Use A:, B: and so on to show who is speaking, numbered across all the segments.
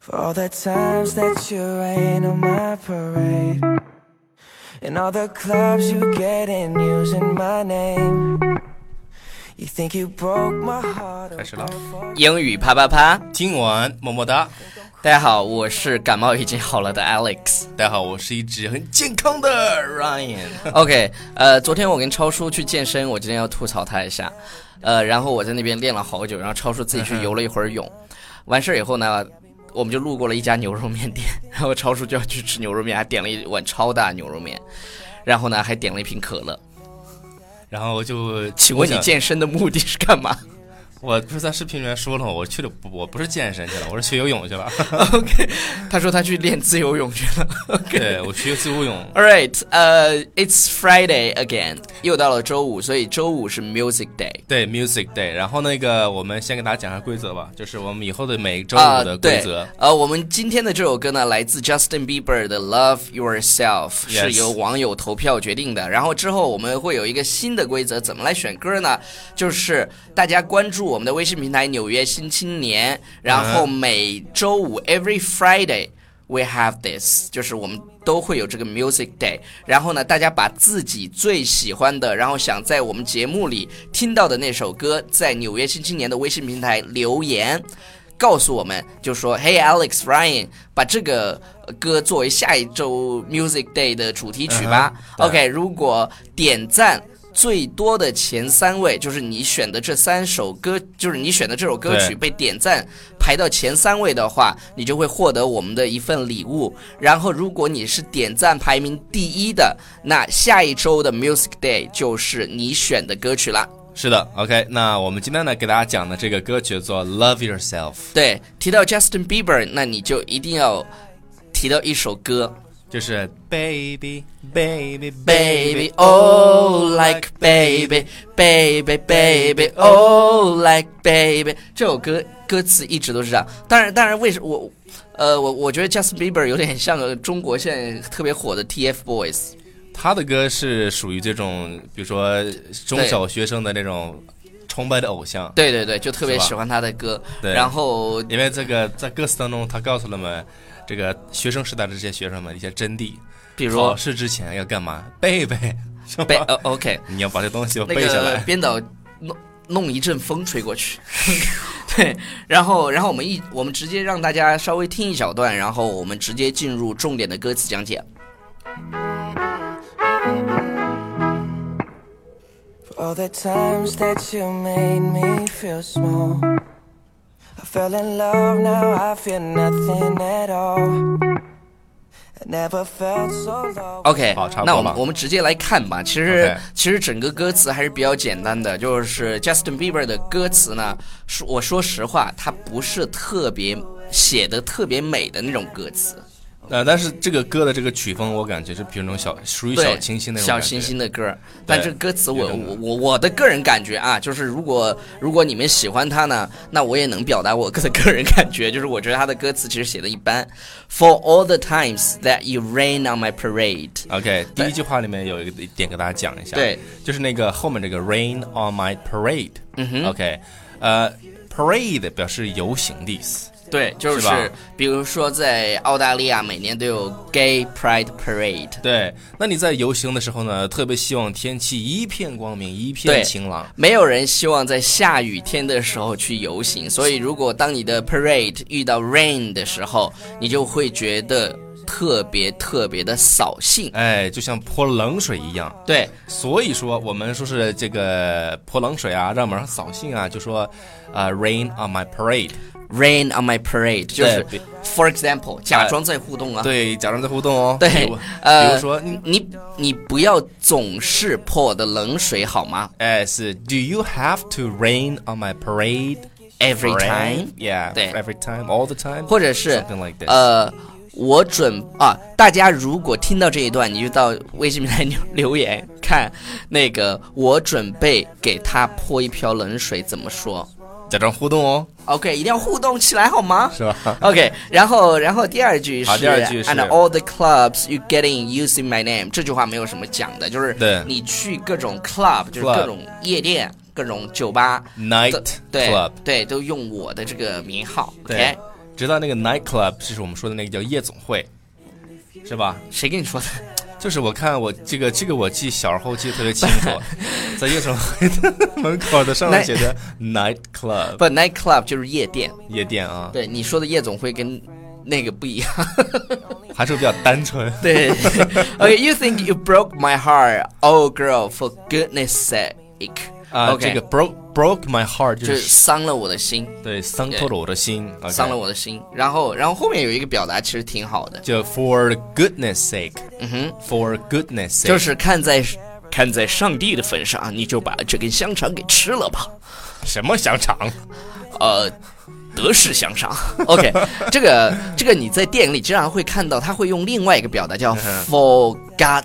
A: For all the times that you rain on my parade. And all the clubs you get in using my name. You think you broke my heart.
B: 开始了
C: 英语啪啪啪！
B: 今晚么么哒，
C: 大家好，我是感冒已经好了的 Alex。
B: 大家好，我是一只很健康的 Ryan。
C: OK，呃，昨天我跟超叔去健身，我今天要吐槽他一下。呃，然后我在那边练了好久，然后超叔自己去游了一会儿泳。完事儿以后呢，我们就路过了一家牛肉面店，然后超叔就要去吃牛肉面，还点了一碗超大牛肉面，然后呢还点了一瓶可乐。
B: 然后就
C: 请问你
B: 想
C: 健身的目的是干嘛
B: 我不是在视频里面说了吗？我去了不，我不是健身去了，我是学游泳去 了。
C: ？OK，他说他去练自由泳去了。OK，
B: 对，我学自由泳。
C: All right，呃、i t s Friday again，又到了周五，所以周五是 Music Day。
B: 对，Music Day。然后那个，我们先给大家讲一下规则吧，就是我们以后的每周
C: 啊，
B: 五
C: 对，
B: 的规则。
C: 呃，我们今天的这首歌呢，来自 Justin Bieber 的《Love Yourself》，
B: Yes
C: 是由网友投票决定的。然后之后我们会有一个新的规则，怎么来选歌呢？就是大家关注我们的微信平台《纽约新青年》，然后
B: 嗯
C: 每周五 Every Friday。We have this，就是我们都会有这个 Music Day。然后呢，大家把自己最喜欢的，然后想在我们节目里听到的那首歌，在纽约新青年的微信平台留言，告诉我们，就说 Hey Alex Ryan，把这个呃歌作为下一周 Music Day 的主题曲吧。
B: 嗯哼
C: OK，如果点赞。最多的前三位就是你选的这三首歌，就是你选的这首歌曲
B: 对
C: 被点赞排到前三位的话，你就会获得我们的一份礼物。然后，如果你是点赞排名第一的，那下一周的 Music Day 就是你选的歌曲啦。
B: 是的，OK。那我们今天呢，给大家讲的这个歌曲叫做《Love Yourself》，
C: 对，提到 Justin Bieber，那你就一定要提到一首歌
B: 就是 Baby Baby
C: ，Baby Oh Like Baby Baby Baby Oh Like Baby。这首歌歌词一直都是这样。当然，当然，为什我，呃，我我觉得 Justin Bieber 有点像个中国现在特别火的 TFBOYS。
B: 他的歌是属于这种，比如说中小学生的那种崇拜的偶像，
C: 对对对，就特别
B: 是吧
C: 喜欢他的歌。
B: 对
C: 然后
B: 因为这个在歌词当中，他告诉了我们这个学生时代的这些学生们一些真谛，
C: 比如
B: 考试之前要干嘛背一 背，是吧
C: 背呃 OK，
B: 你要把这东西
C: 那
B: 背下
C: 个
B: 来。
C: 编导弄弄一阵风吹过去， 对，然后然后我们一我们直接让大家稍微听一小段，然后我们直接进入重点的歌词讲解。
A: For all the times that you made me feel small. I fell in love, now I feel nothing at all. I never felt so low.
C: OK，
B: 好差不多
C: 那我
B: 了
C: 们我们直接来看吧。其实
B: OK
C: 其实整个歌词还是比较简单的，就是 Justin Bieber 的歌词呢，说我说实话，它不是特别写的特别美的那种歌词，
B: 呃，但是这个歌的这个曲风，我感觉是比那种小属于
C: 对，
B: 小清新那种
C: 小
B: 感觉
C: 清新的歌儿，但
B: 对
C: 这歌词我
B: 有点
C: 我我我的个人感觉啊，就是如果如果你们喜欢他呢，那我也能表达我的个人感觉，就是我觉得他的歌词其实写的一般。For all the times that you rain on my parade，
B: OK，第
C: 对
B: 一句话里面有一个点给大家讲一下，
C: 对，
B: 就是那个后面这个 rain on my parade，嗯哼，OK，呃，parade 表示游行的意思，
C: 对，就是
B: 吧
C: 比如说在澳大利亚每年都有 Gay Pride Parade，
B: 对，那你在游行的时候呢，特别希望天气一片光明，一
C: 对
B: 片晴朗，
C: 没有人希望在下雨天的时候去游行，所以如果当你的 parade 遇到 rain 的时候，你就会觉得特别特别的扫兴。
B: 哎，就像泼冷水一样。
C: 对
B: 所以说，我们说是这个泼冷水啊，让我们扫兴啊，就说，呃，rain on my parade，
C: ，rain on my parade 就是
B: 比
C: for example 假装在互动 啊。
B: 对，假装在互动哦。比
C: 对
B: 如，
C: 呃，
B: 比如说，你
C: 你你不要总是泼我的冷水好吗
B: 哎，是 Do you have to rain on my parade
C: ？Every time。
B: Yeah，
C: 对
B: every time, all the time，
C: 或者是
B: something like this
C: 呃，我准啊，大家如果听到这一段，你就到微信平台留 留言看那个我准备给他泼一瓢冷水怎么说
B: 假装互动哦，
C: ？OK，一定要互动起来好吗？
B: 是吧？
C: OK，然后然后第二句是
B: 好第二句是
C: And all the clubs you get in using my name，这句话没有什么讲的，就是
B: 对
C: 你去各种 club，就是
B: Club
C: 各种夜店、各种酒吧
B: Night
C: 对
B: club
C: 对，都用我的这个名号。
B: 对
C: OK，
B: 直到那个 night club，就是我们说的那个叫夜总会，是吧？
C: 谁跟你说的？
B: 就是我看我这个这个我记小时候记得特别清 楚，在夜总会的门口的上面写 着 night club
C: 不，night club 就是夜店。
B: 夜店啊，
C: 对，你说的夜总会跟那个不一样。
B: 还是比较单纯。
C: 对，OK，you、think you broke my heart，oh girl，for goodness sake，
B: 啊
C: OK
B: 这个 broke broke my heart 就
C: 就是伤了我的心，
B: 对伤透了我的心，
C: 伤了
B: 我。
C: 我的心。然后，然后后面有一个表达其实挺好的，
B: 就 for goodness sake，
C: 嗯哼，
B: for goodness sake，
C: 就是看在看在上帝的份上，你就把这根香肠给吃了吧。
B: 什么香肠？
C: 呃，德式香 肠。OK，这个这个你在电影里经常会看到，他会用另外一个表达叫
B: 嗯
C: for God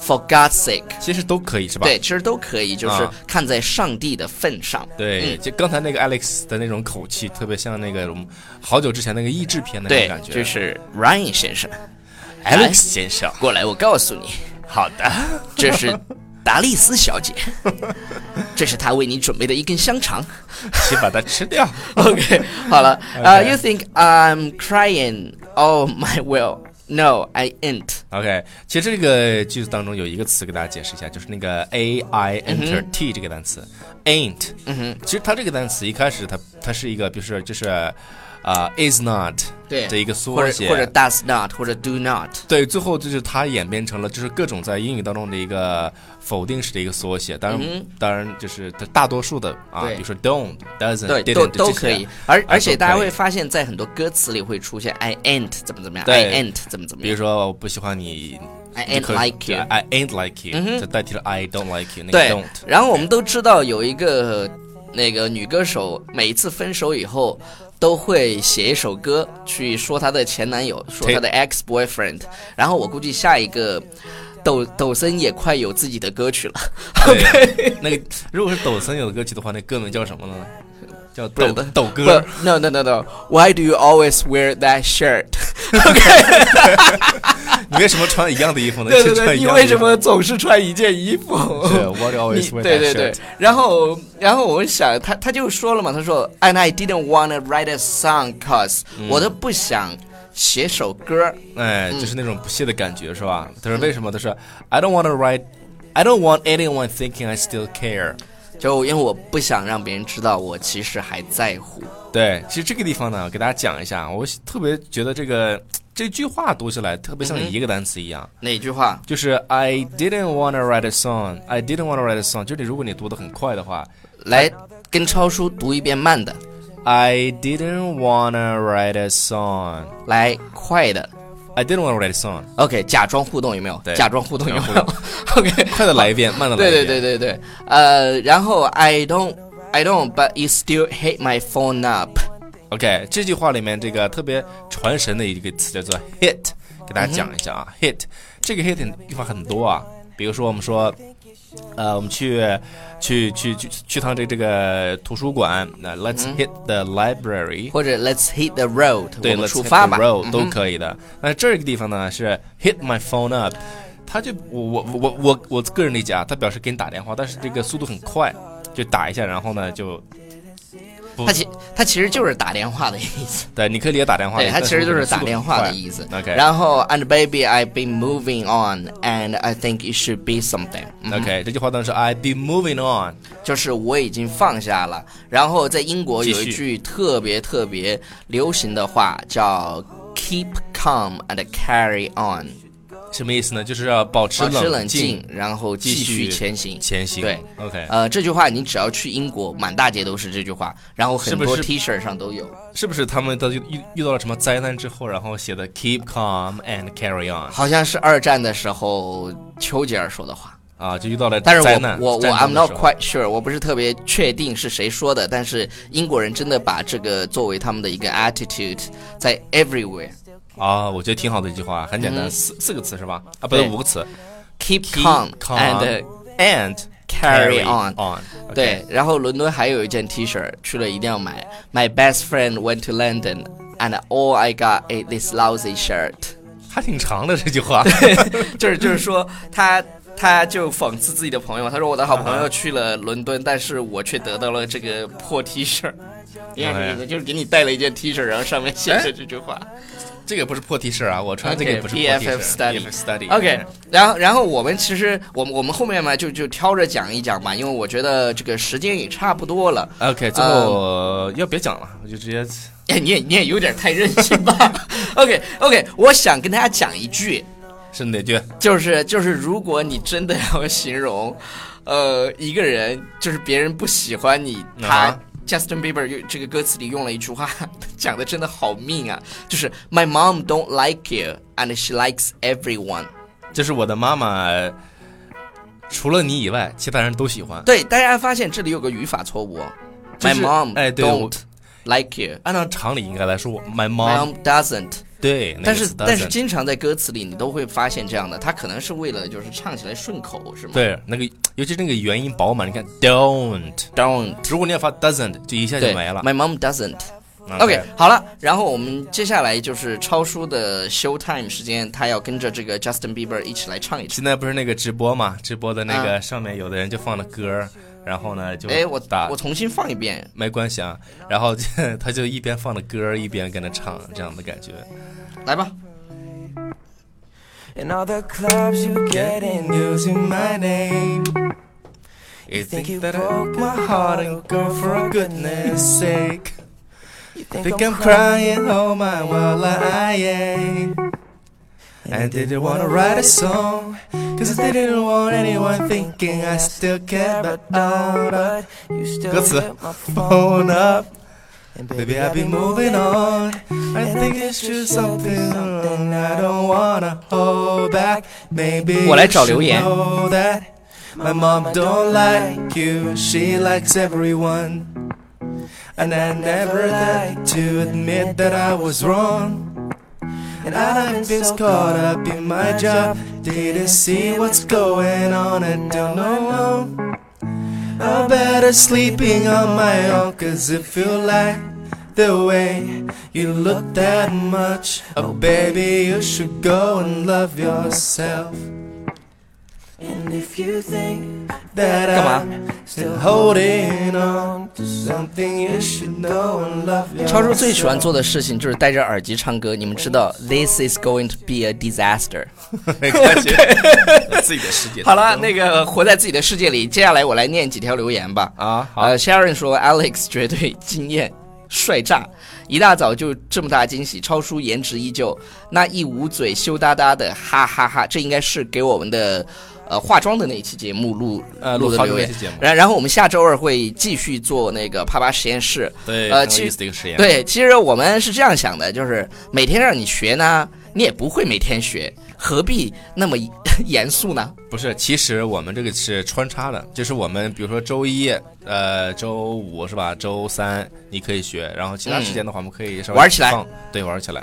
C: for God's sake。
B: 其实都可以是吧？
C: 对，其实都可以，就是
B: 啊
C: 看在上帝的份上。嗯
B: 对，就刚才那个 Alex 的那种口气，特别像那个我们好久之前那个译制片的那
C: 对
B: 种感，觉。
C: 就是 Ryan 先生
B: Alex 先生，
C: 过来，我告诉你，
B: 好的，
C: 这是达丽丝 小姐，这是她为你准备的一根香肠。
B: 请把它吃掉。
C: OK，好了，呃、y o u think I'm crying? Oh my will, no, I ain't.
B: OK，其实这个句子当中有一个词给大家解释一下，就是那个 A I enter T 这个单词、ain't。嗯哼，其实它这个单词一开始它它是一个，比如说就是啊、is not
C: 对
B: 的一个缩
C: 或者
B: 写，
C: 或者 does not 或者 do not。
B: 对，最后就是它演变成了就是各种在英语当中的一个否定式的一个缩写，当然、当然就是它大多数的啊，
C: 嗯对
B: 比如说 don't、doesn't、
C: 对，
B: didn't
C: 都
B: 这
C: 都
B: 些
C: 可以，而
B: 啊
C: 而
B: 都
C: 且大家
B: 可以
C: 会发现，在很多歌词里会出现 I ain't 怎么怎么样
B: 对
C: ，I ain't 怎么怎么
B: 比如
C: 样
B: 说我不喜欢你
C: I
B: 你就
C: ain't
B: 可以
C: like you
B: 对
C: 嗯
B: I ain't like you，、就代替了 I don't like you 那
C: 对
B: 个 don't。，
C: 然后我们都知道有一个那个女歌手，每一次分手以后都会写一首歌去说她的前男友，说她的 ex boyfriend。然后我估计下一个抖抖森也快有自己的歌曲了，
B: 对，那个如果是抖森有的歌曲的话，那歌名叫什么 呢？叫
C: 不
B: 抖
C: 是的
B: 抖
C: 不
B: 歌。
C: ，no no no no，Why do you always wear that shirt？
B: 你为什么穿一样的衣服呢？
C: 对 对
B: 就穿
C: 对，
B: 一
C: 你
B: 样的
C: 为
B: 衣服
C: 什？么总是穿一件衣服？
B: 是 What do you
C: 你
B: always wear
C: 对
B: that
C: 对对
B: shirt？，
C: 然后然后我想他他就说了嘛，他说 And I didn't wanna write a song cause、我
B: 嗯
C: 都不想写首歌，
B: 哎，
C: 嗯
B: 就是那种不屑的感觉，是吧？他说为什么？他说 I don't want to write, I don't want anyone thinking I still care。
C: 就因为我不想让别人知道我其实还在乎。
B: 对，其实这个地方呢，我给大家讲一下，我特别觉得这个这句话读起来特别
C: 嗯
B: 像一个单词一样，
C: 哪句话？
B: 就是 I didn't want to write a song, I didn't want to write a song。就是你如果你读得很快的话哎
C: 来跟超叔读一遍慢的，
B: ，I didn't want to write a song。
C: 来快的。
B: I didn't want to write a song。
C: OK，假装互动有没有？
B: 对
C: 假装互动有没
B: 假
C: 有
B: 装
C: ？OK，
B: 快的来一遍，慢的来
C: 对
B: 一遍。
C: 对对对对，呃，然后 I don't I don't but you still hit my phone up。
B: OK，这句话里面这个特别传神的一个词叫做 hit，给大家讲一下
C: 嗯
B: 啊、h i t 这个 hit 地方很多啊，比如说我们说，呃，我们去去去去去趟这这个图书馆，那 let's hit the library，、
C: 或者 Let's hit the road，
B: 对
C: 我们
B: ，let's
C: 出
B: hit
C: 发
B: the
C: 吧。
B: road、
C: 嗯
B: 都可以的。那这个地方呢是 hit my phone up。他就我我我我我个人理解啊，他表示给你打电话，但是这个速度很快，就打一下，然后呢就
C: 他其他其实就是打电话的意思，
B: 对，你可以理解打电话，
C: 对，他
B: 但
C: 其实就是
B: 哎速度
C: 打
B: 很
C: 电话
B: 快
C: 的意思。
B: OK，
C: 然后 And baby, I've been moving on, and I think it should be something 嗯。
B: OK，这句话当时 I be moving on，
C: 就是我已经放下了。然后在英国有一
B: 继
C: 句特别特别流行的话叫 Keep calm and carry on，
B: 什么意思呢？就是要保持
C: 保持冷
B: 静
C: 静，然后继
B: 继
C: 续
B: 续
C: 前行。
B: 前行。
C: 对
B: ，OK，
C: 呃，这句话你只要去英国，满大街都是这句话，然后很
B: 是不
C: 多
B: 是
C: T 恤上都有。
B: 是不是他们都遇遇到了什么灾难之后，然后写的 keep calm and carry on
C: 好像是二战的时候丘吉尔说的话，
B: 啊，就遇到了
C: 但是
B: 灾
C: 我
B: 难。
C: 我我
B: 战
C: I'm
B: 争的
C: not
B: 时候
C: quite sure，我不是特别确定是谁说的，但是英国人真的把这个作为他们的一个 attitude，在 everywhere
B: 啊，我觉得挺好的一句话，很简单，四四个词是吧？啊，不对，
C: 嗯对
B: 五个词
C: keep
B: ，keep
C: calm
B: calm
C: and
B: and
C: carry on
B: on on。
C: 对，然后伦敦还有一件 T 恤去了一定要买，My best friend went to London and all I got is this lousy shirt。
B: 还挺长的这句话。
C: 就是就是说他。他就讽刺 自己的朋友，他说：“我的好朋友去了伦敦，但是我却得到了这个破 T 恤。”一样
B: 哎
C: 是意思，就是给你带了一件 T 恤，然后上面写着这句话。
B: 这个不是破 T 恤啊，我穿这个
C: OK，
B: 不是破 T 恤。
C: PFF study
B: PFF study。哎嗯
C: OK，然后然后我们其实我们我们后面嘛就就挑着讲一讲嘛，因为我觉得这个时间也差不多了。
B: OK，最后
C: 嗯
B: 要别讲了，我就直接
C: 哎，你也你也有点太任性吧 ？OK OK，我想跟大家讲一句，
B: 是哪句？
C: 就是就是，如果你真的要形容，呃，一个人就是别人不喜欢你，他、
B: 啊
C: Justin Bieber 用这个歌词里用了一句话， 讲的真的好命啊，就是 My mom don't like you and she likes everyone。
B: 就是我的妈妈，除了你以外，其他人都喜欢。
C: 对，大家发现这里有个语法错误哦
B: 就
C: ，My
B: 是
C: mom
B: 哎对我
C: don't like you。
B: 按照常理应该来说我，my
C: My
B: mom
C: mom doesn't，
B: 对，那个
C: 但是
B: 词
C: 但是
B: doesn't
C: 经常在歌词里你都会发现这样的，他可能是为了就是唱起来顺口是吗？
B: 对那个，尤其是那个元音饱满，你看 don't，
C: ，don't
B: 如果你要发 doesn't，就一下就
C: 对
B: 没了。
C: ，My mom doesn't。
B: OK，,
C: OK，好了，然后我们接下来就是超叔的 show time 时间，他要跟着这个 Justin Bieber 一起来唱一唱。
B: 现在不是那个直播嘛？直播的那个上面有的人就放了歌儿，然后呢就
C: 嗯哎，我
B: 打
C: 我重新放一遍。
B: 没关系啊，然后就 他就一边放着歌儿一边跟着唱，这样的感觉。
C: 来吧，
B: Oh.
A: In all the clubs you get in using my name.
B: You
A: think you broke my heart and girl, for goodness
B: sake.
A: You think,
B: Think I'm crying, oh my, well I ain't. I didn't wanna write a song, cause I didn't want anyone thinking I still care about all the
A: you still
B: 歌词
A: hit my
B: uh, phone
A: phone up.
B: up.
A: And
B: Baby, I've been moving on. I think it's just something wrong. I don't wanna hold back. Maybe
C: 我来
B: you
C: 找
B: should
C: 留言
B: know that My mom don't like you. She likes everyone. And I never like to admit that I was wrong. And I've been caught up in my job. Didn't see what's going on and don't know. I'm better sleeping on my own, cause if you like the way you look that much, oh baby, you should go and love yourself.
A: And if you think
B: That
C: Come
B: I'm still holding on to something you should know and love
C: 超
B: yourself.
C: 叔最喜欢做的事情就是戴着耳机唱歌。你们知道，This is going to be a disaster。好了，那个活在自己的世界里。接下来我来念几条留言吧。
B: 啊，好，
C: 呃，Sharon 说 Alex 绝对惊艳，帅炸！一大早就这么大惊喜，超叔颜值依旧，那一捂嘴羞答答的，哈哈哈这应该是给我们的呃化妆的那一期节目录
B: 呃录
C: 录的
B: 化
C: 留
B: 妆
C: 言
B: 那期节目。
C: 然然后我们下周二会继续做那个啪啪实验室。
B: 对，
C: 呃
B: 很有
C: 其
B: 意思的一个实验，
C: 对，其实我们是这样想的，就是每天让你学呢，你也不会每天学，何必那么严肃呢？
B: 不是，其实我们这个是穿插的，就是我们比如说周一，呃，周五是吧？周三你可以学，然后其他时间的话，我们可以稍微
C: 玩起来
B: 放，对，玩起来。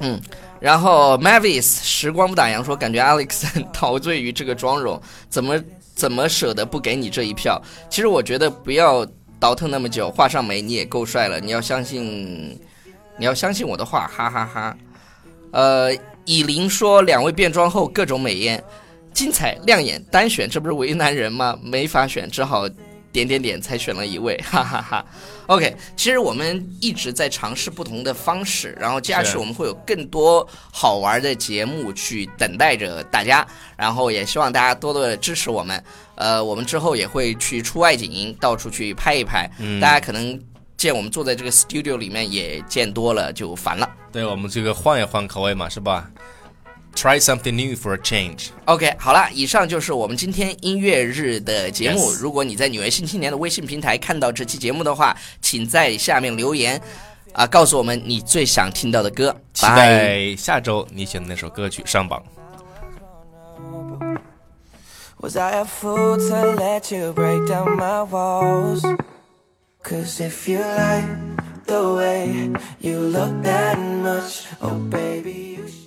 C: 嗯，然后 Mavis 时光不打烊说，感觉 Alex 很陶醉于这个妆容，怎么怎么舍得不给你这一票？其实我觉得不要倒腾那么久，画上眉你也够帅了，你要相信，你要相信我的话，哈哈哈呃，以琳说，两位变装后各种美艳，精彩亮眼，单选这不是为难人吗？没法选，只好点点点才选了一位，哈哈哈 OK，其实我们一直在尝试不同的方式，然后接下去
B: 是
C: 我们会有更多好玩的节目去等待着大家，然后也希望大家多多的支持我们。呃，我们之后也会去出外景营，到处去拍一拍。
B: 嗯
C: 大家可能见我们坐在这个 studio 里面也见多了就烦了。
B: 对我们这个换一换口味嘛，是吧？Try something new for a change。
C: OK，好了，以上就是我们今天音乐日的节目。
B: Yes
C: 如果你在纽约新青年的微信平台看到这期节目的话，请在下面留言，啊、告诉我们你最想听到的歌。
B: 期待下周你选的那首歌曲上榜。
A: Was I a fool to let you break down my walls? Cause if you like the way you look that much, oh baby, you should.